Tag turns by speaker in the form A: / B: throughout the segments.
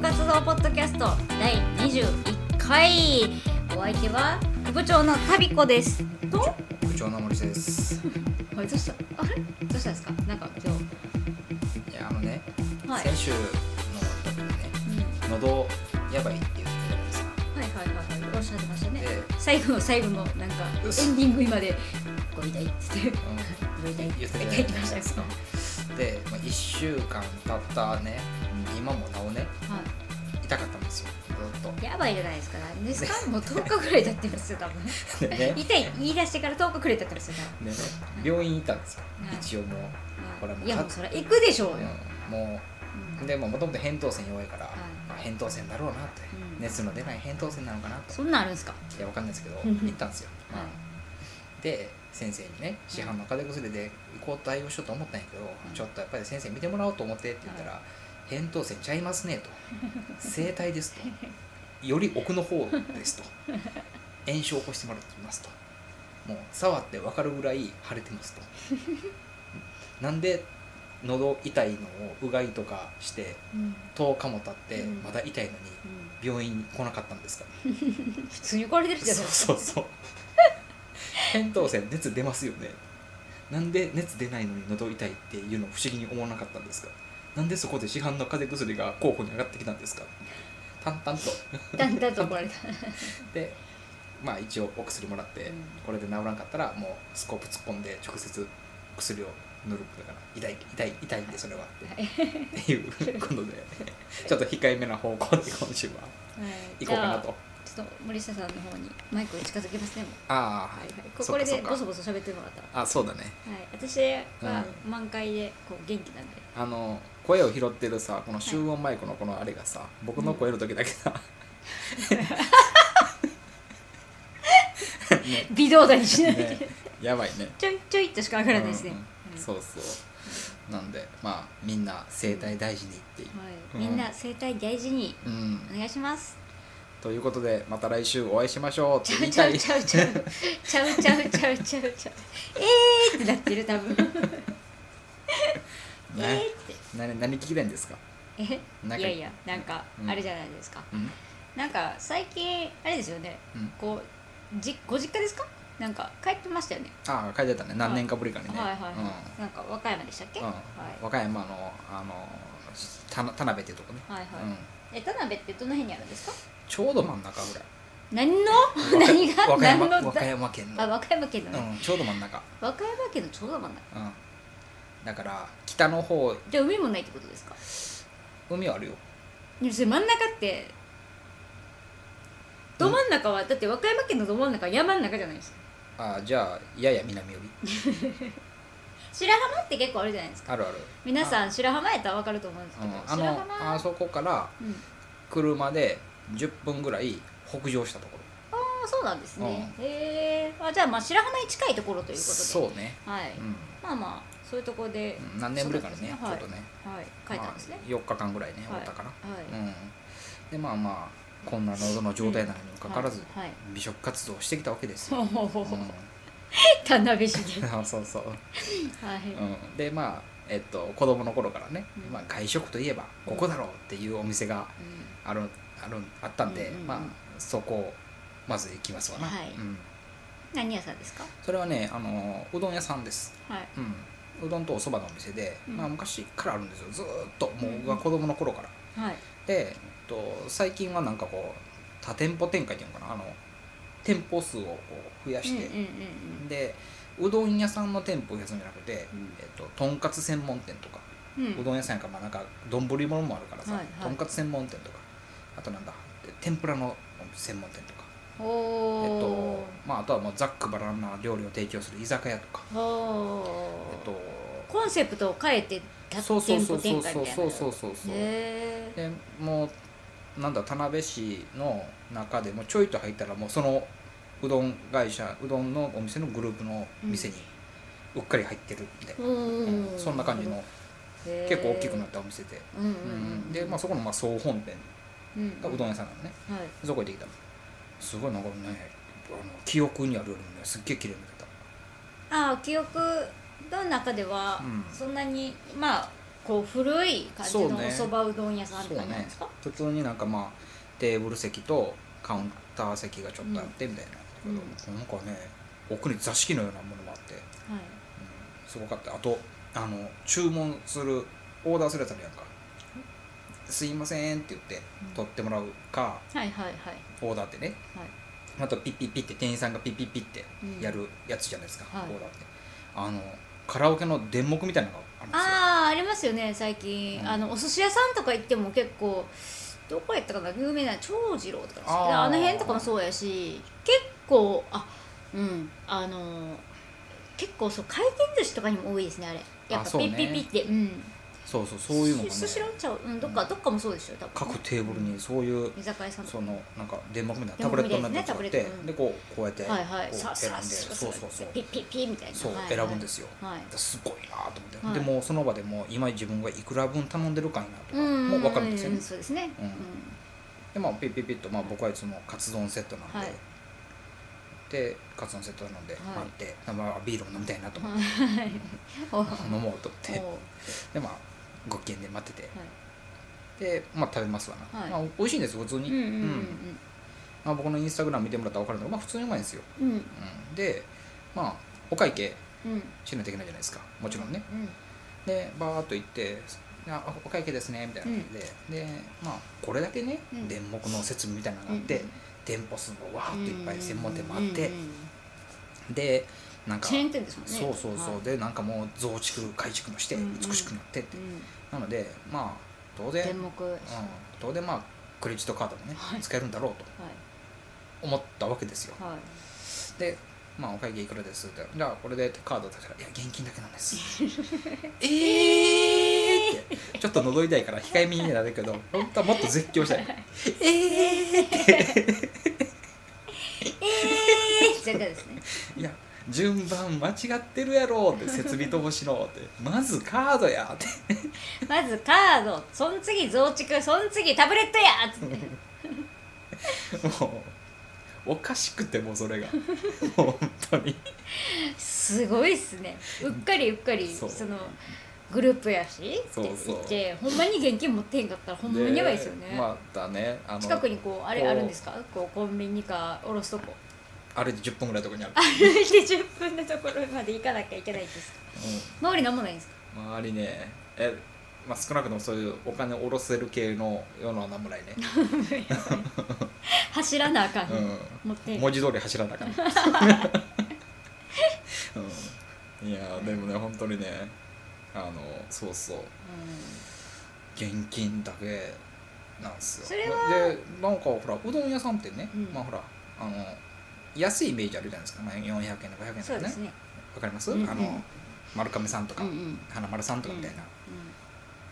A: ドキャスト第21回お相手は副部長のタビコですとあ
B: 部長の森瀬です
A: れどうしたあれどうしたんですかなんか今
B: いやあのね、
A: 日はい、
B: 先週の時にね
A: うん、
B: 喉やばいって言ってたじゃないですか
A: はいはいはいはいおっしゃってましたね
B: で、
A: 最後の最後のなんかエ
B: うっす
A: ンディング今でご遺体って言ってご遺体って
B: 言ってたじゃ
A: 書いてま
B: ない
A: した
B: で
A: よ
B: すかで、まあ、1週間経ったね今もなおね
A: は
B: 痛かったんですよずっと
A: いやばいじゃないですか何ですかもう10日ぐらい経ってますよ多 分
B: でね
A: 痛い言い出してから10日くれたってますよ多
B: でね病院行ったんですよ
A: はい
B: 一応もう、
A: 分
B: これもう
A: いやもうそれ行くでしょうよ、
B: うんも
A: うん
B: うでもともと扁桃腺弱いから、
A: い
B: まあ、扁桃腺だろうなって、
A: うん
B: 熱の出ない扁桃腺なのかなと
A: そんなんあるんですか
B: いやわかんないですけど
A: うん
B: 行ったんですよ、まあ
A: は
B: で先生にね市販の風邪薬で抗体をしようと思ったんやけど、
A: ん
B: ちょっとやっぱり先生見てもらおうと思ってって言ったら「扁桃腺ちゃいます ね」と「生体です」と「より奥の方です」と「炎症を起こしてもらってます」と「もう触って分かるぐらい腫れ てます」と「なんで喉痛いのをうがいとかして
A: うん
B: 10日も経って
A: うん
B: まだ痛いのに病院に来なかったんですか?」
A: 普通に怒られてるじゃないですか
B: そうそうそう扁桃腺熱出ますよねなんで熱出ないのに喉痛いっていうのを不思議に思わなかったんですかなんでそこで市販の風邪薬が候補に上がってきたんですか淡々と
A: だんだんと怒られた
B: でまあ一応お薬もらって、
A: うん
B: これで治らんかったらもうスコープ突っ込んで直接薬を塗るだから痛い痛い痛いんでそれはっていうことでちょっと控えめな方向で今週は行こうかな
A: じゃ
B: と
A: あちょっと森下さんの方にマイクを近づけますねも
B: ああ
A: う
B: は
A: はいいはい
B: そ
A: ここ
B: うか
A: れ
B: そ
A: で
B: うか
A: ボソボソ喋ってもらったら
B: あそうだね
A: はい私は満開でこう元気なんで
B: あの声を拾ってるさこの集音マイクのこのあれがさ、僕の声の時だけさ、 ね
A: 微動だにしない
B: ねやばいね
A: ちょいちょいっとしか上がらないですね
B: うんうん
A: はい
B: そうそうなんでまあみんな声帯大事にっていう、
A: はいみんな生態大事に
B: うん、
A: お願いします
B: ということでまた来週お会いしましょうっ
A: ち
B: て
A: ゃ
B: 言
A: う
B: い
A: ちゃ
B: た
A: う
B: い
A: ちゃうちゃうちゃうちゃうちゃうちゃうちゃうえーってなってる多分えーっ
B: ね
A: て
B: 何何聞きたいんですか、
A: え
B: なん
A: いや
B: か
A: いやなんか
B: うん
A: あれじゃないですか、
B: うん
A: なんか最近あれですよね
B: うん、
A: こうじご実家ですかなんか帰ってましたよね
B: ああ書いてたね何年かぶりかにね、
A: はいはいはい、なんか和歌山でしたっけ、
B: うんうん
A: はい、
B: 和歌山のあの田田辺っていうとこね、
A: はいはい
B: うん、
A: え田辺ってどの辺にあるんですか
B: ちょうど真ん中ぐらい
A: 何の
B: 和 歌
A: 何が
B: 和歌山
A: 何
B: 和
A: の
B: 歌
A: だ
B: 山県の
A: あ和歌山県のね、
B: うん、ちょうど真ん中、
A: 和歌山県のちょうど真ん中
B: うん、だから北の方
A: じゃあ海もないってことですか
B: 海はあるよ
A: でもそれ真ん中ってど真ん中は、だって和歌山県のど真ん中は山の中じゃないですか
B: あじゃあやや南より
A: 白浜って結構あるじゃないですか
B: あるある
A: 皆さん白浜やったら分かると思うんですけ
B: う
A: ど、
B: ん、あ
A: 白
B: の
A: 浜
B: あそこから
A: うん、
B: 車で10分ぐらい北上したところ
A: ああそうなんですね、へえあじゃあまあ白浜に近いところということで
B: そうね、
A: はい、
B: うん
A: まあまあそういうところで、
B: うん、何年ぶりかにね
A: そう
B: ち
A: な
B: ょ
A: ん
B: っ
A: です
B: とね、
A: はい書いたんですね、
B: まあ、4日間ぐらいね
A: は
B: お
A: い
B: ったかな、
A: はい、
B: うんでまあまあこんな謎の状態なのにもかかわらず
A: はいはい
B: 美食活動をしてきたわけです
A: ほ
B: よ、
A: ほほ
B: う
A: ほ
B: ん、
A: 田辺市で
B: そうそう
A: はい、
B: うん、でまあ、えっと、子供の頃からね、
A: うん
B: まあ、外食といえばここだろうっていうお店が
A: う
B: あるあるあったんで、
A: うんうんうん
B: まあ、そこをまず行きますわな、
A: はい
B: うん、
A: ん、何屋さんですか
B: それはねあのうどん屋さんです、
A: はい
B: うん、うどんとおそばのお店で、
A: うん
B: まあ、昔からあるんですよずーっともう
A: うんうん
B: 僕が子供の頃から
A: はい
B: で、えっと、最近はなんかこう多店舗展開っていうのかなあの店舗数をこう増やして、
A: うんうん
B: でうどん屋さんの店舗を増やすんじゃなくて、
A: うん
B: えっと、とんかつ専門店とか
A: うんうん
B: うどん屋さんやからまあなんか丼物もあるからさ、
A: はいはい
B: とんかつ専門店とかあとなんだ天ぷらの専門店とか、えっ
A: お
B: とまあ、あとはもうざっくばらんな料理を提供する居酒屋とか、
A: おお
B: えっと、
A: コンセプトを変えて
B: そう
A: 多
B: そう
A: 店
B: そ
A: 舗
B: うそ
A: 展
B: う
A: 開
B: そ
A: み
B: う
A: たいな
B: そうそうそうそう
A: へえ
B: でもうなんだ田辺市の中でもちょいと入ったらもうそのうどん会社うどんのお店のグループの店にうっかり入ってるみたいな、うんそんな感じの結構大きくなったお店で、
A: うんうん
B: うん
A: うん
B: で、まあ、そこのまあ総本店
A: うん
B: がうどん屋さんなのね
A: はい
B: そこ行ってきたのすごいなんかねあの記憶にあるよりもねすっげえ綺麗に見え
A: ああ記憶の中では
B: うん
A: そんなにまあこう古い感じ
B: そう
A: の
B: ね
A: おそばうどん屋さんっ
B: そ
A: て
B: う
A: 感じなん
B: ね
A: ですか
B: 普通になんかまあテーブル席とカウンター席がちょっとあってみたいな、んだけどなんかね奥に座敷のようなものもあって、うん
A: はい
B: すごかったあとあの注文するオーダーするやつあるやんか「すいません」って言って
A: うん
B: 取ってもらうか、
A: はいはいはい
B: オーダーってね
A: はい
B: あとピッピッピッって店員さんがピッピッピッって
A: うん
B: やるやつじゃないですか、
A: はい
B: オーダーってあのカラオケの電目みたいなのがあるんですよ
A: ああありますよね最近、
B: うん
A: あのお寿司屋さんとか行っても結構どこやったかな有名な長次郎とかです
B: あー
A: あの辺とかもそうやし結構あうんあの結構そう回転寿司とかにも多いですねあれやっ
B: あ
A: ぱ
B: そう
A: ピ
B: ね
A: ッピッピッってうん
B: そうそうそういうのがね
A: スシローちゃう、うん、どっか、
B: うん
A: どっかもそうですよ多分
B: 各テーブルにそういう
A: 居酒屋さんとか
B: そのなんか電目みたいな
A: 電
B: タブレ
A: 目みたい
B: ットに
A: な
B: な
A: やつ
B: っ
A: ねタ
B: てもらって
A: ブレットうん
B: でこうこうやってこ
A: はいはいうさ
B: 選ん
A: さ
B: で
A: す
B: そうそうそう
A: ピッピッピッみたいな
B: そう
A: はい
B: 選ぶんですよ
A: はい
B: すごいなと思
A: は
B: っ
A: い
B: てでもうその場でもう今自分がいくら分頼んでるかいな
A: う
B: とか
A: ん
B: もう分かるんですよ
A: う
B: ね
A: んそうですね、
B: うんでまあピッピッピッとまあ僕はいつもカツ丼セットなんで、
A: はい
B: でカツ丼セット飲んで
A: い
B: 待って、まあ、ビールを飲みたいなと思って、
A: はいお
B: 飲もうと思って
A: お
B: でまあご機嫌で待ってて
A: はい
B: でまあ食べますわな、
A: はい
B: まあ、美味しいんですよ普通に、
A: うんうん
B: まあ、僕のインスタグラム見てもらったら分かるんだけど、まあ、普通にうまいんですよ、
A: うんうん
B: うん、でまあお会計
A: うんうん
B: しないといけないじゃないですかもちろんね
A: うん
B: でバーッと行って「あお会計ですね」みたいな感じで、でまあこれだけね、
A: うん
B: 電目の設備みたいなのがあって、
A: うんうん
B: 店舗数もわーっといっぱい専門店もあっ
A: う
B: て
A: んうんうんうん
B: でなんか
A: チェーン店ですもんね
B: そうそうそう、
A: はい
B: でなんかもう増築改築もして
A: うんうん
B: 美しくなってって、
A: うん
B: なのでまあ当然、
A: 天
B: うん、
A: 目はい
B: 当然まあクレジットカードもね、
A: はい
B: 使えるんだろうと思ったわけですよ
A: はい
B: でまあお会計いくらですってじゃあこれでってカード出したらいや現金だけなんです ええーってちょっと喉痛いから控えめになるけど本当はもっと絶 叫したいええ
A: え
B: ー
A: ー 全然ですね
B: いや順番間違ってるやろって設備投資のってまずカードやって
A: まずカードその次増築その次タブレットやっつって
B: もうおかしくてもう それがもう本当に
A: すごいっすねうっかりうっかり
B: そ
A: そうのグループやしって
B: そうそう
A: 言ってほんまに現金持ってへんかったらほんまにやばいですよね
B: またねあの
A: 近くにこうあれ
B: こう
A: あるんですかこうコンビニかおろすと こ
B: 歩いて10分ぐらいのとこにある、
A: 歩いて10分のところまで行かなきゃいけないんですか周りなんもないん ですか
B: うん、周りねえまあ少なくともそういうお金を下ろせる系の世の中もないね、
A: 走らなあかん、
B: う
A: 持って
B: ん、
A: へん
B: 文字通り走らなあかん、うん、いやでもね本当にねあのそうそう
A: う
B: 現金だけなんですよ
A: それは
B: でなんかほらうどん屋さんってね、
A: うん
B: まあほらあの安いイメージあるじゃないですか、まあ、400円とか500円
A: ん
B: と
A: そう
B: か
A: です
B: ね
A: ね
B: わかります、
A: うんうん
B: あの丸亀さんとか、
A: うんうんうんうん
B: 花丸さんとかみたい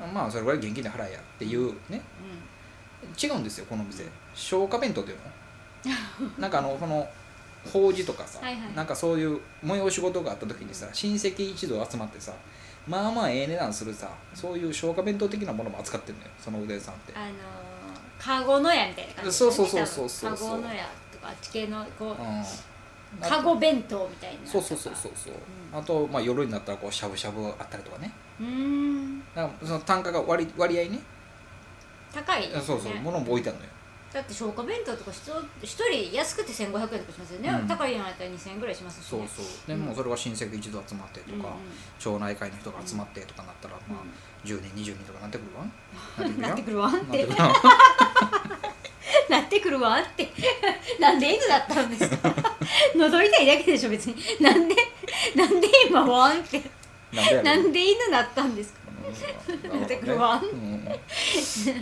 B: な、まあそれぐらい現金で払えやっていうね違うんですよこの店消化弁当っ ていうのなんかあのこの法事とかさ、
A: はいはい
B: なんかそういう催し事があった時にさ親戚一同集まってさまあまあええ値段するさそういう消化弁当的なものも扱ってるのよそのうどん屋さんって
A: あのーカゴのやみたいな感じです
B: そ
A: よ
B: う
A: ね
B: そうそうそうそ
A: 多分
B: う
A: カゴのやとかあっち系のこう
B: うん
A: カゴ弁当みたいな
B: そうそうそうそうそう、
A: うん
B: あと、まあ、夜になったらこうしゃぶしゃぶあったりとかね
A: うーん
B: なんかその単価が割り割合ね
A: 高いですね
B: そうそう物も置いてあるのよ
A: だって消化弁当とか一一人安くて1500円とかしますよね、
B: うん
A: 高いのやったら2000円ぐらいしますし、
B: そう
A: ね、
B: そうで
A: うん
B: もうそれは親戚一同集まってと
A: うん
B: か、町内会の人が集まってとかなったら、ま
A: うん
B: あ、10人20人とかなってくる わ
A: うんなってくるわんっ
B: なって
A: て
B: くるわ
A: なってくるわんって なんで犬だったんですか 喉痛いだけでしょ別に なんでなんで今わんって
B: なんでやろ
A: なんで犬だったんですか
B: うん
A: なってくるわ
B: うん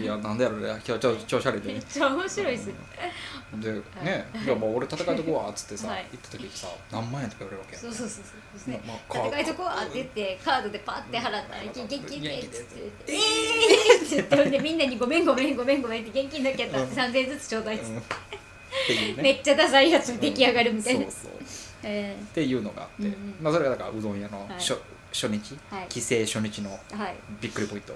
B: いやなんでやろうね今日ちょっと調子悪いで
A: めっ
B: ね
A: ちゃ面白いですね、
B: でねじゃあもう俺戦いとこわっつってさ、
A: はい
B: 行った時にさ何万円とか言われるわけやん
A: そうそうそうそうですね
B: まあまあ
A: 戦いとこは当ててカードでパッて払ったら「現金現金
B: 元
A: 現
B: 気
A: 金」
B: で
A: っつって「ええー!」って言ってほんでみんなに「ごめんごめんごめんごめん」って現金だけやったら3000円ずつちょうだいっつって
B: うんっていうね
A: めっちゃダサいやつ出来上がるみたいな、
B: そうそうっ
A: え
B: ていうのがあっ
A: う
B: て、
A: んうん
B: まあ、それがだからうどん屋の
A: はい
B: 初,、初日、
A: はい
B: 帰省初日の
A: ー はい
B: びっくりポイント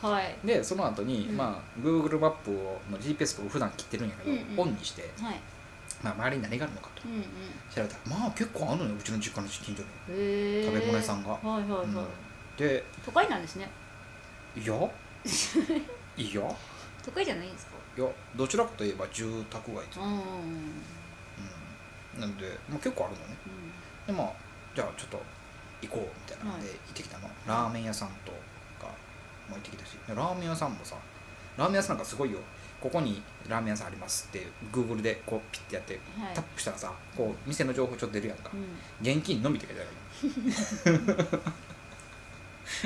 A: はい
B: でその後に、
A: うん
B: まあ Google マップをの GPS を普段切ってるんやけど、
A: うんうん
B: オンにして、
A: はい
B: まあ、周りに何があるのかと
A: うんうん
B: 調べたらまあ結構あるのようちの実家の近所に
A: へえ
B: 食べ物屋さんが
A: はいはいはい、
B: うんで
A: 都会なんですね
B: い やいやいや
A: 都会じゃないんですか
B: どちらかといえば住宅街です
A: うんうんうん
B: うんなんで、まあ、結構あるのねでまあじゃあちょっと行こうみたいなんで
A: は
B: 行ってきたの、ラーメン屋さんとかも行ってきたしでラーメン屋さんもさラーメン屋さんなんかすごいよここにラーメン屋さんありますって Google でこうピッてやって
A: うんはい
B: タップしたらさこう店の情報ちょっと出るやんか
A: うん
B: 現金のみって書いてある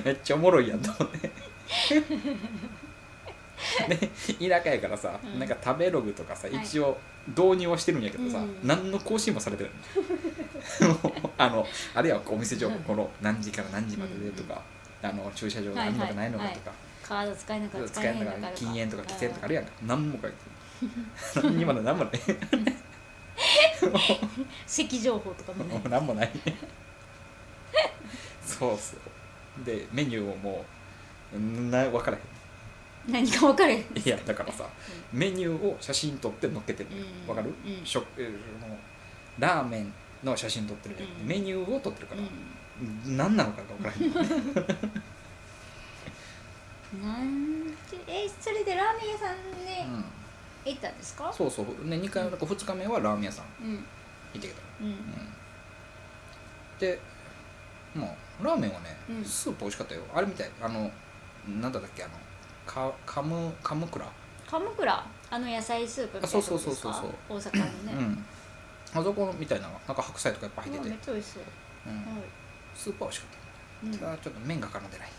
B: めっちゃおもろいやんと 思ってで田舎やからさ、
A: うん
B: なんか食べログとかさ
A: はい
B: 一応導入はしてるんやけどさ、
A: うん
B: 何の更新もされてない もうあのあるいはお店情報この何時から何時まででとか、あの駐車場があるのかないのかとか、
A: カード使えなかった
B: 使えんの
A: へん
B: か
A: か
B: 禁煙とか
A: うん
B: 喫煙とかあるやんか何も書い てない何にもない何もない
A: 席情報とかもね
B: もう何もない そうそうでメニューをもうんな分からへん
A: 何か分かれへん
B: いやだからさメニューを写真撮って載っけてるのよ
A: うん
B: 分かる、
A: うん
B: 食えーもうラーメンの写真撮ってるじゃん、
A: うん
B: メニューを撮ってるから、
A: う
B: 何なのかが分からへん
A: んなんてえそれでラーメン屋さん
B: う
A: に
B: ん
A: 行ったんですか
B: そうそうね2回目2日目はラーメン屋さん
A: うん
B: 行ってきた、
A: う
B: うん
A: ん
B: でまあラーメンはね、
A: うん
B: スープ美味しかったよあれみたいあのなんだったっけあのかカムカムクラ
A: 鎌倉あの野菜スープみたいな
B: あそうそうそうそうそう
A: 大阪のね、
B: うん、あそこみたいななんか白菜とかいっぱい入っ
A: うわ
B: て
A: め
B: て
A: っ、ちゃ美味しそう、
B: うん
A: は
B: スープは美味しか
A: い、う
B: った
A: ん
B: ただちょっと麺が絡んでない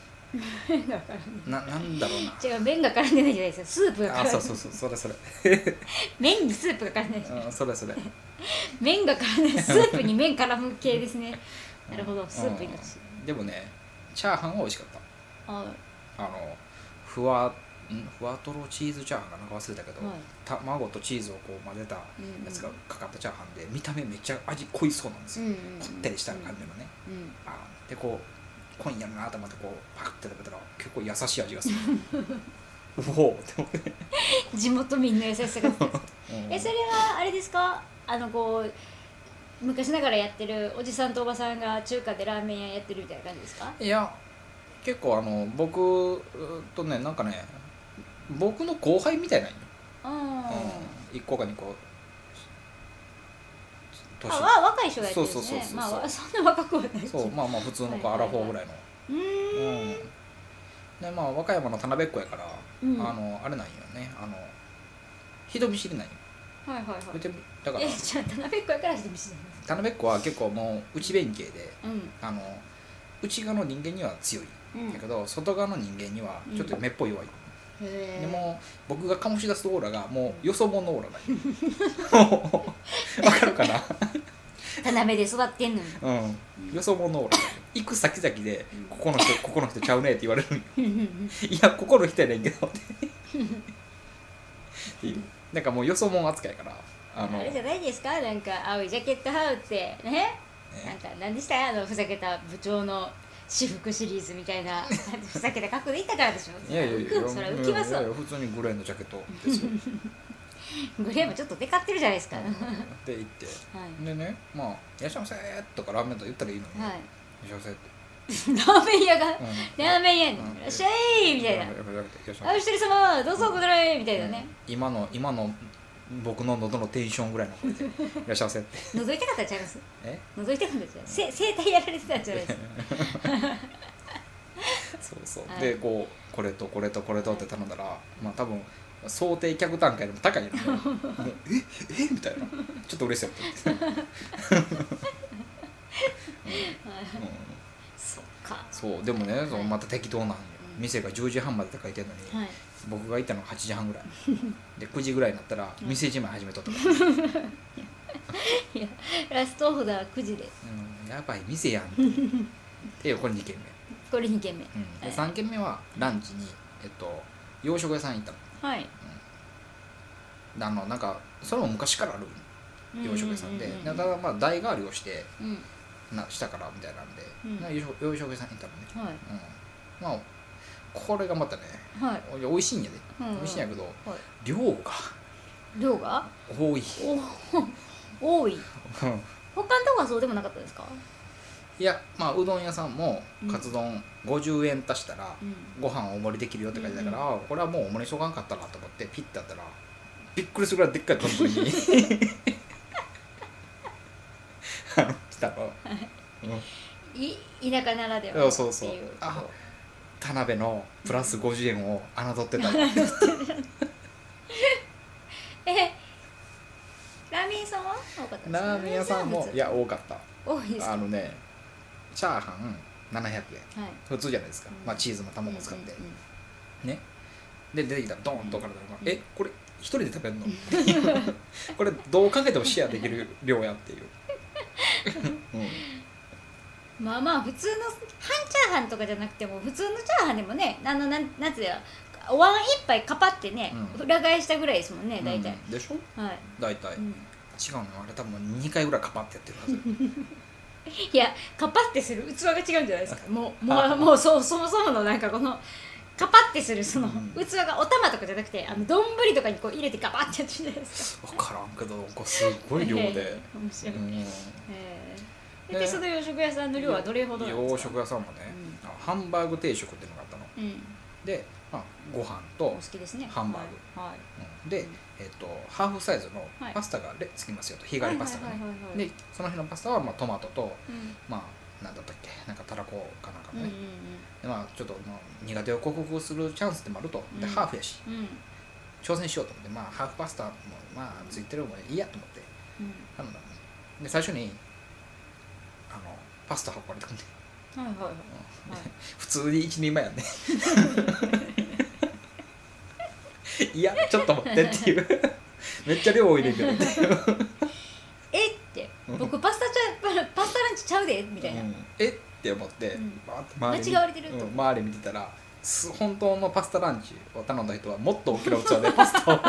A: 麺がから
B: ななんだろうな
A: 違う麺が絡んで ないじゃないですよスープが絡んで
B: あそうそうそうそれそれ
A: 麺にスープが絡んでない
B: うんそれそれ
A: 麺が絡んでないスープに麺絡む系ですねなるほどスープ命、
B: うんでもねチャーハンは美味しかっ
A: あは
B: たあのふわんふわとろチーズチャーハンかなんか忘れたけど、
A: い
B: 卵とチーズをこう混ぜたや
A: うん
B: つがかかったチャーハンで見た目めっちゃ味濃いそうなんです
A: う
B: よ、
A: んうん
B: こってりした感じのね、
A: うんうん
B: あーでこう濃いんやろなと思ってこうパクって食べたら結構優しい味 がするうおーって思って
A: 地元民の優しさが伝わって
B: うん
A: えそれはあれですかあのこう昔ながらやってるおじさんとおばさんが中華でラーメン屋やってるみたいな感じですか
B: いや結構あの僕うーとねなんかね僕の後輩みたいなんよ、
A: あ
B: うん、1個か2個
A: ー
B: 年
A: あわ若い人がやってるん
B: そう
A: で
B: そ
A: す
B: うそう
A: ね
B: そう
A: まあわそんな若くはないです
B: そうまあまあ普通のこうアラフォーぐらいの、
A: うーん
B: うんでまあ和歌山の田辺っ子やから、
A: うん
B: あのあれなんよねあの人見知りなんよ
A: はいはいはい
B: 別にだから
A: えじゃあ田辺っ子やから人見知りなんです
B: 田辺っ子は結構もう内弁慶で
A: うん
B: あの内側の人間には強い
A: うん
B: だけど、外側の人間にはちょっと目っぽい弱い、
A: へ
B: で
A: え
B: も僕が醸し出すオーラがもうよそ者オーラだよもうわかるかな
A: 田辺で育ってんのに
B: うんよそ者オーラだよ行く先々で
A: うん
B: ここの人ここの人ちゃうねって言われるんよ
A: うんうん
B: いやここの人やねんけどってっていうなんかもうよそ者扱いやからあ
A: うん
B: の
A: あれじゃないですかなんか青いジャケット羽織ってね
B: ね
A: なんか何でしたあのふざけた部長の私服シリーズみたい なふざけた格好でいったからでしょ
B: いやいやいやいやい
A: 浮
B: や
A: くそれは浮きますわ
B: いやいや普通にグレーのジャケットですよ
A: グレーもちょっとデカってるじゃないですか、
B: う
A: はい
B: んで行ってでねまあ「いらっしゃいませ」とかラーメンと言ったらいいのに「
A: はい
B: い、らっしゃいませ」って
A: ラーメン屋が、
B: うん
A: ラーメン屋に
B: う
A: 「
B: ん
A: いらっしゃい」みたいな
B: やっぱやっぱいらっ
A: 「
B: しゃいま
A: あ
B: せ
A: お一人様どうぞござい」みたいなね
B: うん今の今の僕の喉のテンションぐらいの声で「いらっしゃいませ」って
A: 覗いたかったんちゃいます
B: え
A: 覗いたかったんちゃいますせ整体やられてたんじゃない ですか
B: そうそう、
A: はい
B: でこうこれとこれとこれとって頼んだらまあ多分想定客単価よりも高いよねもうええみたいなちょっと嬉しかった、うんうん
A: そっか
B: そうでもね、そのまた適当なんよ
A: うん
B: 店が10時半までって書いてるの
A: は
B: に、
A: い
B: 僕が行ったのが8時半ぐ らいで9時ぐらいになったら
A: い
B: 店じまい始めとったから、う
A: いやラストオーダー9時で
B: ん、やばい店 やんってでこれ2軒
A: これ2軒目
B: 目、うん、で
A: はい
B: 3軒目はランチに、えっと、洋食屋さん行ったの
A: はい
B: であのなんかそれも昔からある洋食屋さんで、だからまあ代替わりをして
A: うん
B: なしたからみたいなんで、
A: うん
B: な洋食洋食屋さん行ったのね、
A: はい
B: うん、まあこれがまたね
A: はい
B: いや美味しいんやで、
A: うんうん
B: 美味しいんやけど
A: はい
B: 量が
A: 量が
B: 多い
A: お多い
B: うん
A: 他のとこはそうでもなかったですか
B: いやまあうどん屋さんも
A: うん
B: カツ丼50円足したら
A: うん
B: ご飯大盛りできるよって書いてたから、あこれはもう大盛りしとかんかったなと思ってピッてやったらびっくりするぐらいでっかい丼にあの来たの、うん
A: い田舎ならでは
B: そうそうそう
A: っていう
B: あ田辺のプラス50円を侮っ てた
A: えラーメン屋さんは多かったですか
B: ラーメン屋さんもい
A: ラ
B: や多かった
A: ーメン屋さんは普通多いですか
B: あ
A: はい
B: のねチャーハン700円普通じゃないですか、
A: うん
B: まあ、チーズも卵も使って、
A: うんうん
B: ねで出てきたらドーンとからだから、えこれ一人で食べ るのこれどう考えてもシェアできる量やっていう、うん
A: まあまあ普通の半チャーハンとかじゃなくても普通のチャーハンでもねあのなんなんつうやお椀一杯カパってね、
B: うん
A: 裏返したぐらいですもんね大体、
B: うんでしょ
A: はい、
B: 大体、
A: う
B: 違
A: ん、
B: うのあれ多分2回ぐらいカパってやってるはず
A: いやカパってする器が違うんじゃないですかもうも
B: あ
A: うもうそうそもそものなんかこのカパってするその
B: うん
A: 器がお玉とかじゃなくてあの丼とかにこう入れてガバってやってるじゃないですか
B: 分からんけどなんかすごい量で、
A: 面白
B: う
A: い、へ
B: ん、
A: え
B: ね
A: でその洋食屋さんの量はどれほどなんで
B: 洋
A: すか
B: 食屋さんもね、ハンバーグ定食っていうのがあったの
A: うん
B: で、まあ、ご飯
A: お
B: と
A: 好、きですね
B: ハンバー
A: グはい、はい
B: うんで、えっとハーフサイズの
A: はい
B: パスタがレつきますよと日替わりパスタがね
A: はいはいはいはい
B: でその日のパスタはまあトマトと
A: うん
B: まあなんだったっけなんかたらこかなんか
A: うん
B: の
A: うん
B: ね、でまあちょっとまあ苦手を克服するチャンスでもあるとで、
A: うん
B: ハーフやし
A: うんうん
B: 挑戦しようと思ってまあハーフパスタもまあついてるのもいいやと思って
A: うん
B: 頼んだのねで最初にあのパスタ運ばれてくんで
A: はいはいはい。はい
B: 普通に一人前 やねいやちょっと待ってっていうめっちゃ量多いねんけどっていう
A: えって僕パスタちゃうパパスタランチちゃうでみたいな。
B: うんえって思って、
A: うん
B: バーって周り見
A: 間違われてると
B: うん周り見てたらす本当のパスタランチを頼んだ人はもっと大きな器 でパスタを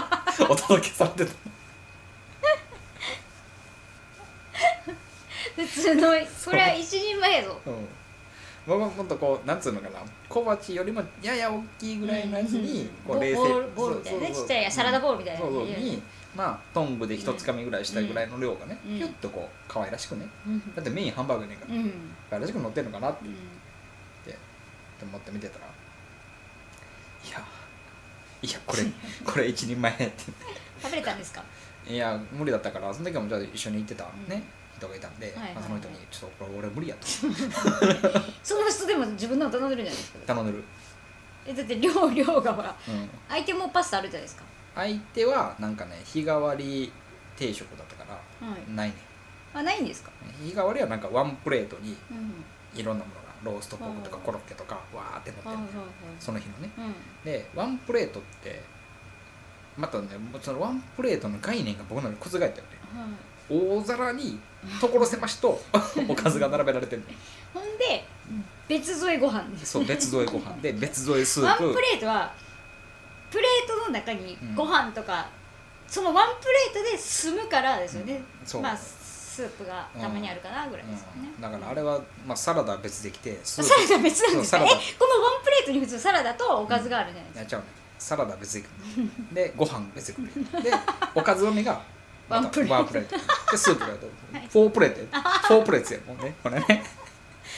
B: お届けされてた
A: 普通のこれは一人前やぞ。
B: うん僕はもっとこうなんつうのかな小鉢よりもやや大きいぐらいのやつに
A: うん
B: こう冷静
A: ボールボールみたいなねちっちゃいサラダボールみたいな
B: そうそう
A: いやいや
B: にまあトングで一つかみぐらいしたぐらいの量がね、
A: うん
B: キュッとこう可愛らしくね
A: うん
B: だってメインハンバーグやねんから
A: うんうん
B: 可愛らしく乗ってんのかなってって思って見てたら「いやいや これこれ一人前」って
A: 食べれたんですか。
B: いや無理だったからその時はもうちょっと一緒に行ってたね、人がいたんで、
A: はいはい
B: まあ、その人に「ちょっとこれ俺無理や」と
A: その人でも自分のを頼んでるじゃないですか。
B: 頼んでる、
A: えだって量 量がほら
B: うん、
A: 相手もパスタあるじゃないですか。
B: 相手はなんかね日替わり定食だったから
A: はい。
B: ないね
A: あないんですか。
B: 日替わりはなんかワンプレートに
A: うん。
B: いろんなものがローストポークとか
A: はい
B: コロッケとかわーって乗って
A: はいは
B: る
A: いはい。
B: その日のね
A: うん。
B: でワンプレートってまたねもうそのワンプレートの概念が僕の中で覆ったよね
A: はい。
B: 大皿に所狭 しとおかずが並べられてる
A: ほ
B: の
A: んで別添えご飯です。
B: そう別添えご飯で別添えス
A: ワ
B: ー
A: ンプ
B: プ
A: レートはプレートの中に
B: うん
A: ご飯とか、そのワンプレートで済むからですよね、
B: うんそう
A: まあスープがたまにあるかなぐらいですよね、
B: うんだからあれは、まあ、サラダは別できて
A: サ
B: スー
A: ラ
B: プ
A: ダ別なんですか
B: そ
A: え
B: う
A: こ
B: サ
A: の
B: ラ
A: ワ
B: ダ
A: ンプレートに普通サラダとおかずがあるじゃないですか、
B: やっちゃうねサラダは別で来るでご飯別で来る でおかずのみがまた
A: ワンプレート
B: ワンプレートでスープがフォープレートやフォープレートやもんねこれ ね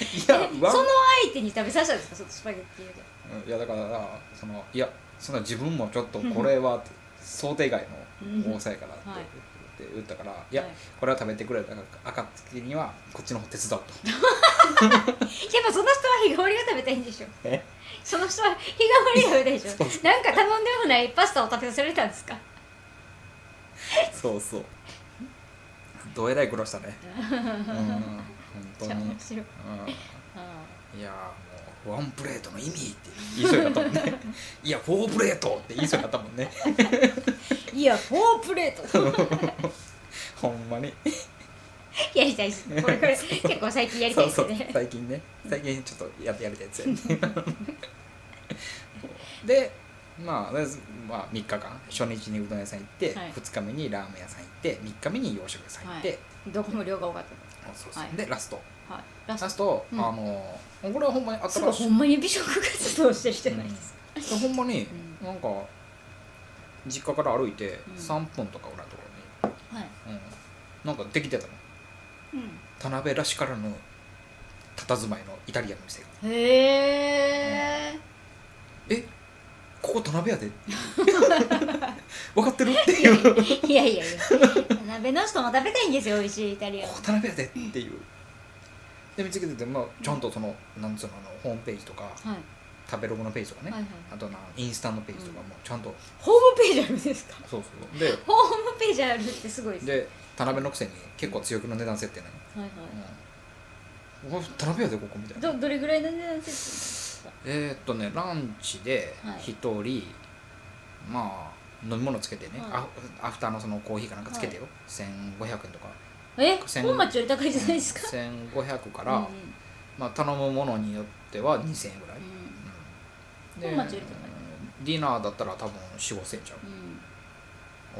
B: いや
A: え
B: ワン
A: その相手に食べさせたんですかそのスパゲッティで
B: うんいやだからそのいやそんな自分もちょっとこれはって想定外の多さやからって
A: うんはい
B: 言って言ったから、いや
A: はい
B: これは食べてくれた暁にはこっちの方 手伝おうと
A: やっぱその人は日替わりが食べたいんでしょ
B: え
A: その人は日替わりが食べたいでしょ
B: そうそ
A: なんか頼んでもないパスタを食べさせられたんですか
B: そうそうどえらい苦労し たねうん本当
A: じゃあ
B: に、
A: 面白い
B: うん、いやもうワンプレートの意味って言いそうになったもん ねいやフォープレートって言いそうになったもんね
A: いやフォープレート
B: ほんまに
A: やりたいですね。これこれ結構最近やりたい
B: そう
A: で
B: そ
A: す
B: う
A: ね。
B: 最近ね最近ちょっとやってやりたいやつやね でまあ、とりあえずまあ、3日間初日にうどん屋さん行って、
A: はい
B: 2日目にラーメン屋さん行って3日目に洋食屋さん行って、
A: どこも量が多かっ
B: そうそう
A: はい
B: でラスト
A: た。はい。ラ
B: ラ
A: ス
B: スト、
A: うん
B: あのこれはほんまに
A: ト。す
B: 新
A: ごい
B: し
A: ほ
B: い
A: んまに美食活動してるじゃないですか。
B: ほんまに
A: う
B: なんか実家から歩いて
A: うん
B: 3分とかぐらいのとこ
A: はい。
B: ろに、うんなんかできてたの
A: うん。
B: 田辺らしからぬ佇まいのイタリアンの店が
A: へえ
B: えここ田辺やで 分かってるっていうこ
A: いやいやいや鍋の人も食べたいんですよ美味しいイタリアン
B: こ田辺やでっていうで見つけてて、まあ、ちゃんとそのなんつうのあのホームページとか
A: はい
B: 食べログのページとかね、
A: はいはい
B: あとなインスタのページとかもちゃんと、
A: ホームページあるんですか
B: そうそうで
A: ホームページあるってすごいですね
B: で田辺のくせに結構強気の値段設定なの、
A: はいは
B: うんお前田辺やでここみたい
A: い
B: な
A: どどれぐらいの値段設定
B: えー、っとねランチで
A: はい
B: 一人、まあ飲み物つけてね、
A: はい
B: アフアフターのそのコーヒーかなんかつけてよ、1500円とか
A: え
B: 千
A: 本町より高いじゃないですか
B: 1500から、
A: うんうん
B: まあ、頼むものによっては2000円ぐらい、うんで
A: 本町より高い
B: ディナーだったら多分4 5千円ちゃ
A: うんうん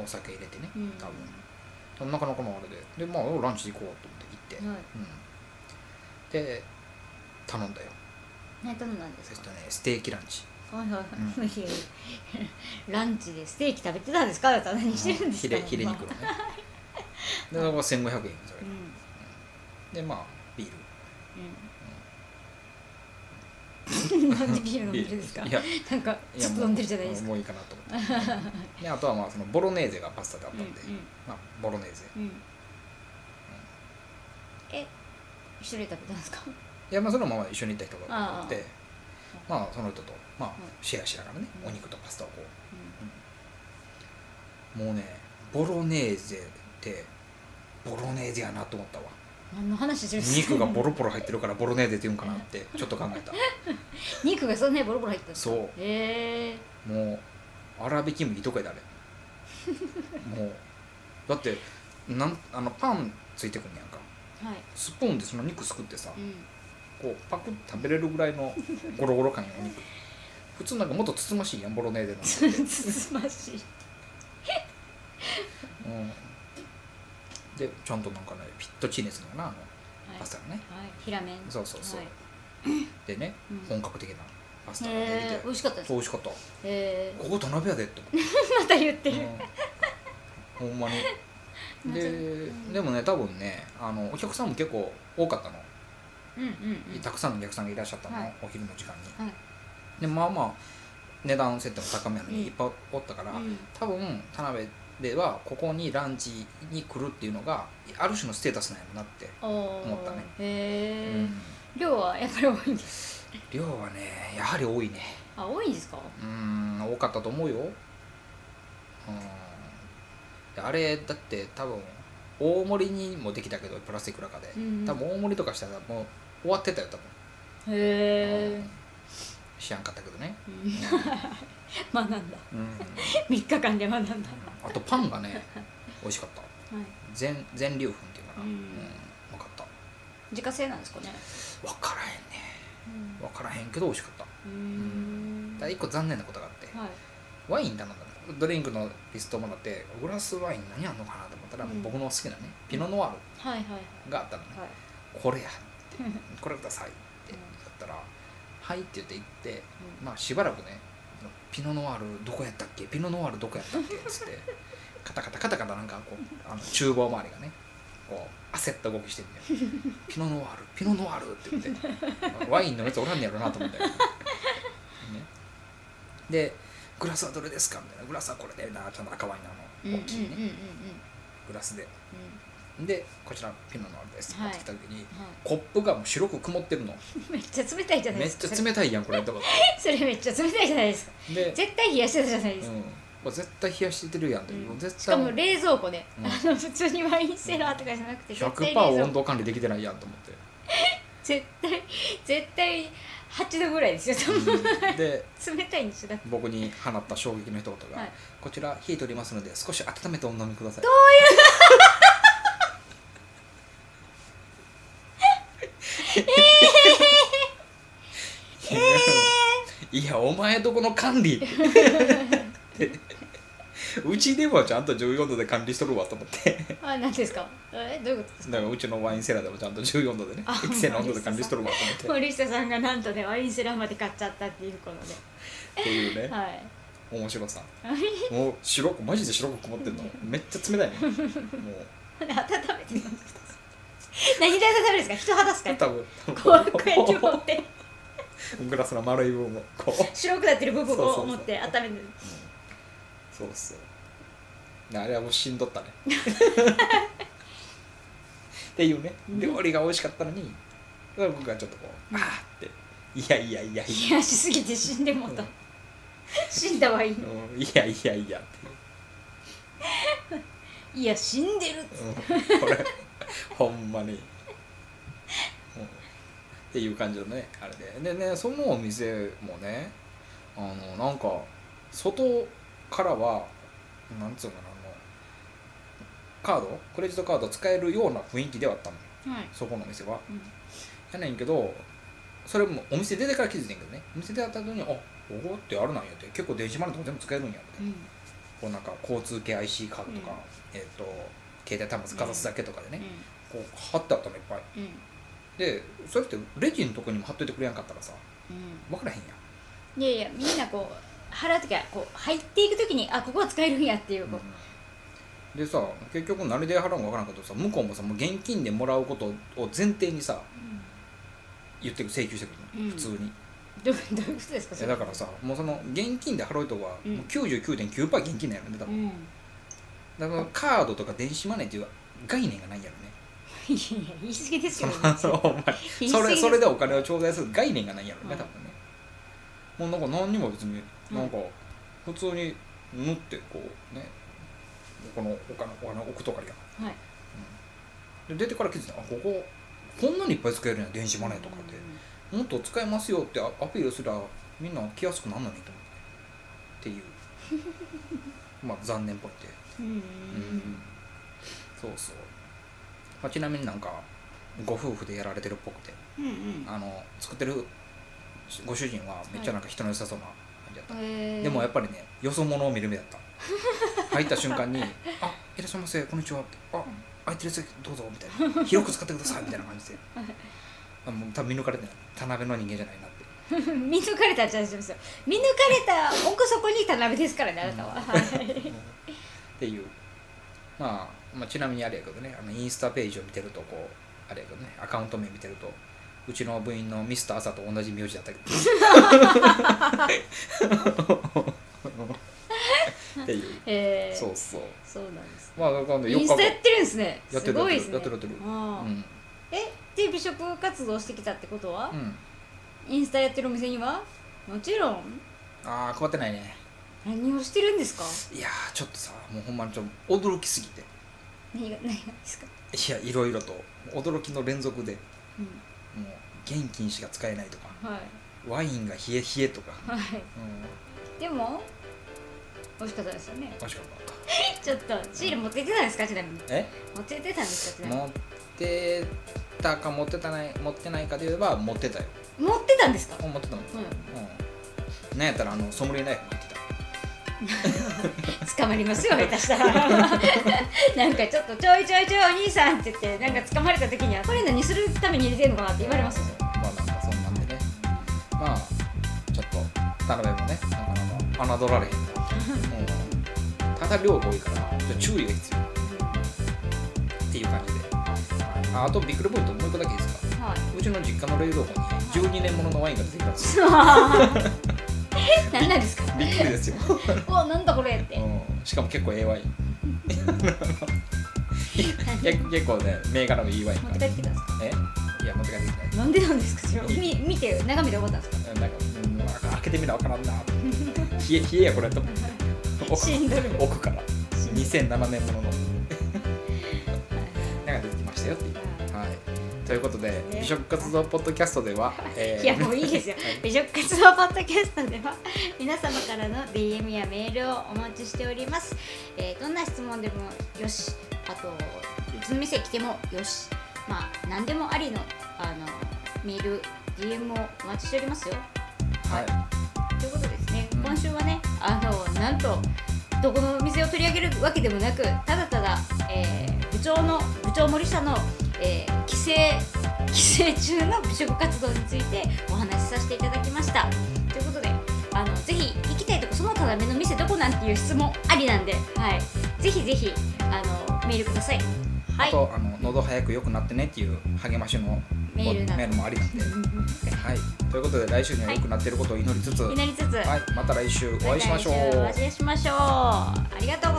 B: うお酒入れてね
A: うん
B: 多分、なかなかのあれででまあランチ行こうと思って行って、
A: はい
B: うん、で頼んだよ
A: 何頼んだんで
B: そ
A: す
B: し
A: か
B: たらねステーキランチ
A: はいはいはい、いやいや ランチでステーキ食べてたんですかあなた何してるんです
B: ヒ
A: か
B: レヒレ 肉のねでそれが1500円それ
A: うん、うん
B: でまあビール
A: うん、なんでビール飲んでるんですか
B: いや
A: なんか
B: い
A: ち
B: や
A: ょっ
B: も
A: と
B: う
A: 飲んでるじゃないですか
B: もういいかなと思ってであとはまあそのボロネーゼがパスタであっ
A: う
B: た
A: んうん
B: んで、まあ、ボロネーゼ
A: うんえ一人で食べたんですか
B: いやまあそのまま一緒に行った人がおって
A: あ
B: まあその人とまあ
A: ん
B: シェアしながらね、
A: うん
B: お肉とパスタをこうもうねボロネーゼってボロネーゼやなと思ったわ
A: 何の話してるんですか
B: 肉がボロボロ入ってるからボロネーゼって言うんかなってちょっと考えた
A: 肉がそんなにボロボロ入ってたんですか
B: そう
A: へえ
B: もう粗挽き麦とかやであれもうだってなんあのパンついてくんねやんか
A: はい
B: スプーンでその肉すくってさ
A: うん
B: こうパクッと食べれるぐらいのゴロゴロ感やお肉普通なんかもっとつつましいやんボロネーゼなんて
A: つつましい
B: うんでちゃんとなんかねピットチーネスのかなあの
A: はい
B: パスタがね、
A: はい平麺
B: そうそうそう、
A: はい
B: でね、
A: うん
B: 本格的なパスタができて、
A: へえ美味しかったです
B: そう
A: へ
B: 美味しかったこ
A: え
B: こ田辺やでって思っ
A: また言 って
B: て
A: る、
B: うんほんまにで、
A: うん
B: でもね多分ねあのお客さんも結構多かったの、
A: うんうんうん
B: たくさんのお客さんがいらっしゃったの、
A: はい
B: お昼の時間に
A: はい
B: でまあまあ値段設定も高めやの
A: うん
B: にいっぱいおったから、
A: うん
B: 多分田辺ではここにランチに来るっていうのがある種のステータスなんやろなって、
A: 思
B: ったね
A: へえ、
B: うん
A: 量はやっぱり多いんです
B: 量はねやはり多いね
A: あ多いんですか
B: うーん多かったと思うようんであれだって多分大盛りにもできたけどプラスいくらかで、
A: うんうん
B: 多分大盛りとかしたらもう終わってたよ多分、
A: へえ
B: うん知らんかったけどね、
A: うん学んだ
B: う
A: 3
B: ん、
A: 日間で学んだは
B: あとパンがね美味しかった
A: い
B: 全全粒粉っていうかな、
A: う
B: うんん分かった
A: 自家製なんですかね
B: 分からへんね
A: うん
B: 分からへんけど美味しかった
A: うーん
B: だ
A: はい
B: 1個残念なことがあってワイン頼んだのドリンクのリストをもらってグラスワイン何あんのかなと思ったら、
A: うん
B: 僕の好きなねピノノワー
A: はいはい
B: ルがあったのね、
A: はい
B: これや
A: うんうん
B: これくださいって
A: う
B: 言
A: ん
B: ったら「はい」って言って行ってまあしばらくね「ピノノワールどこやったっけピノノワールどこやったっけ?」っつってカタカタカタカタなんかこうあの厨房周りがねこう焦った動きしてるんだよ「ピノノワールピノノワール」って言ってワインのやつおらんねやろなと思ったけど、ね、で「グラスはどれですか?」みたいな「グラスはこれだよなちゃんと赤ワイ
A: うん
B: ンの
A: うん
B: あの大きいね、
A: うんうんうん
B: グラスででこちらピノノワールです」って
A: はい
B: 持ってきた時に、
A: は
B: コップがもう白く曇って るの
A: いめっちゃ冷たいじゃない
B: め
A: で
B: っ
A: すか
B: ちゃ冷たいやんこれとか
A: それそれめっちゃ冷たいじゃないですか
B: で、
A: 絶対冷やしてたじゃないで
B: う
A: す
B: ん
A: か、
B: これ絶対冷やしてるやんって、
A: うん
B: 絶対
A: しかも冷蔵庫で、
B: うん
A: あの普通にワインセラーとかじゃなくて絶対
B: 100%
A: 冷
B: 温
A: 蔵庫
B: 度管理できてないやんと思って
A: 絶対絶対8度ぐらいですよ多分、
B: うんで
A: 冷たいんですよだって
B: 僕に放った衝撃の一言が、
A: はい
B: こちら火取りますので少し温めてお飲みください」どういう いやお前どこの 管理うちではちゃんと14度で管理しとるわと思って
A: あ何ですかえどういうことです
B: だからうちのワインセラーでもちゃんと14度でね
A: あ
B: 適正な温度で管理しとるわと
A: か
B: 思っ
A: 森下さんがなんとねワインセラーまで買っちゃったっていうこと
B: てっていう
A: で
B: ね
A: はい
B: 面白さもう白 くマジで白く曇ってんのめっちゃ冷たいねもう
A: ほんで温めて飲んでくださ何対策食べるんですか人肌っすか
B: 多
A: こ
B: 分
A: うこうやって持って
B: グラスの丸い部分をこう
A: 白くなってる部分
B: そうそうそ
A: を
B: う
A: 持って温めて
B: そうそうあれはもうしんどったねっていうね料理が美味しかったのにだから僕はちょっとこう、ああっていやいやいやい
A: 冷
B: や
A: やしすぎて死んでもうた、
B: うん
A: 死んだはいい
B: うんいやいやいやって
A: いや死んでる
B: うんこれ ほんまに、うんっていう感じのねあれででねそのお店もねあのなんか外からはなんつうのかなあのカードクレジットカード使えるような雰囲気ではあったの
A: はい、
B: そこのお店は
A: うん
B: やねんけどそれもお店出てから気づいてんけどねお店出た後にあここってあるなんやって結構電子マネーとか全部使えるんやみたいな
A: うん
B: こうなんか交通系 IC カードとか、えっ、と携帯端末かざすだけとかでね、こう貼ってあったのいっぱい
A: うんうん
B: でそれってレジのとこにも貼っといてくれやんかったらさ
A: うん
B: 分からへんやん
A: いやいやみんなこう払う時はこう入っていく時にあここは使えるんやっていうこう、
B: でさ結局何で払うか分からんけどさ向こうもさもう現金でもらうことを前提にさ言ってく請求してくるの、
A: うん
B: 普通に
A: どうどういうことですか
B: えだからさもうその現金で払うとは
A: うん
B: もう99.9%現金なんやろね多
A: う
B: 分、
A: んい
B: だからカードとか電子マネーっていう概念がないんやろね
A: やいや言い過ぎです
B: そ
A: よ
B: のほんまに
A: 言い過
B: そ
A: ぎ
B: れ
A: です
B: それでお金を頂戴する概念がないんやろね、
A: うん
B: 多分ねもうなんか何にも別に
A: うん
B: なんか普通に縫ってこうねこのお金お金置くとかあるやん、
A: はい
B: うんで出てから気づいたあこここんなにいっぱい使えるんや電子マネーとかって、もっと使えますよってアアピールすりゃみんな来やすくなんのにと思ってって いうまあ残念っぽいって
A: うんうん
B: そうそう、まあ、ちなみになんかご夫婦でやられてるっぽくて
A: うんうん
B: あの作ってるご主人はめっちゃなんか人の良さそうな感じだった、
A: えー
B: でもやっぱりねよそ者を見る目だった入った瞬間 に「あいらっしゃいませこんにちは」って「あ空いてる席どうぞ」みたいな「広く使ってください」みたいな感じで あもう多分見抜かれてない田辺の人間じゃないなっ て
A: 見抜かれたんじゃないですよ見抜かれた奥底にいた鍋ですからねあなたは、はい
B: うんっていう、まあ、まあちなみにあれやけどねあのインスタページを見てるとこうあれやけどねアカウント名見てるとうちの部員のミスター朝と同じ名字だったけどっていう
A: えー、
B: そうそう
A: そうなんです
B: まあだからね
A: イ
B: 4
A: ン
B: 日
A: ス
B: 後
A: タやってるんですね
B: やって
A: す
B: る
A: ごいですね
B: やってるやってるやってる
A: あ
B: う
A: ー
B: ん、
A: えで美食活動してきたってことは
B: う、ん、
A: インスタやってるお店にはもちろん
B: ああ配ってないね
A: 何をしてるんですか
B: いやーちょっとさもうほんまにちょっと驚きすぎて
A: 何が何がですか、
B: いやいろいろと驚きの連続で
A: うん、
B: もう現金しか使えないとか
A: はい
B: ワインが冷え冷えとか、
A: はい
B: うん、
A: でも美味しかったですよね
B: 美味しかった
A: ちょっとシール持って行ってたんですかちなみに
B: え
A: 持って行ってたんですかちなみに
B: 持ってたか持ってたない持ってないかで言えば持ってたよ
A: 持ってたんですか
B: 持ってたもん、
A: う
B: うん、なんやったらあのソムリエナイフ持って
A: ん捕まります よ下手したら なんかちょっとちょいちょいちょいお兄さんって言ってなんか捕まれた時にはこれ何するために入れてんのかなって
B: た
A: 言われますよ
B: まあなんかそんなんでねまあちょっと田辺もねなんかあの侮られへんから、うん、ただ量が多いからちょっと注意が必要っていう感じでああとビックルポイントもう一個だけいいですか
A: はいう
B: ちの実家の冷蔵庫に12年もののワインが出てきたん ですよ
A: 何なんですか
B: びっくりですよ
A: おなんだこれって
B: うん、しかも結構ええワインいや結構ね銘柄もいいワイン
A: 持
B: か
A: って帰っ
B: ら
A: てきたんですか
B: えいや持って帰ってきて
A: なんでなんですかそれみ見て眺めて思ったんですか
B: ないなんか、うん、なんか開けてみなわからんな冷え冷えやこれと思って
A: 死んどる
B: 奥奥から
A: 死んどる
B: 2007年ものの
A: はい
B: なんか出てきましたよっていうはいということで、
A: ね
B: 美食活動ポッドキャストでは、えー
A: いやもういいですよ美食活動ポッドキャストでは皆様からの DM やメールをお待ちしております、えーどんな質問でもよしあとうちの店来てもよしまあ何でもありのあのメール DM をお待ちしておりますよ
B: はい
A: ということですね、
B: うん
A: 今週はねあのなんとどこのお店を取り上げるわけでもなくただただ、えー部長の部長森下の、えー帰省帰省中の美食活動についてお話しさせていただきましたということであのぜひ行きたいとこそのただめの店どこなんていう質問ありなんで、はい、ぜひぜひあのメールくださいは
B: あ
A: い
B: とあの喉早く良くなってねっていう励ましの
A: メールなど
B: もありなんで、はい、ということで来週には良くなってることを祈りつつ、
A: になりつつ、
B: はい、また来週お会いしましょ
A: また来週お
B: う
A: 会いしましょうありがとうございます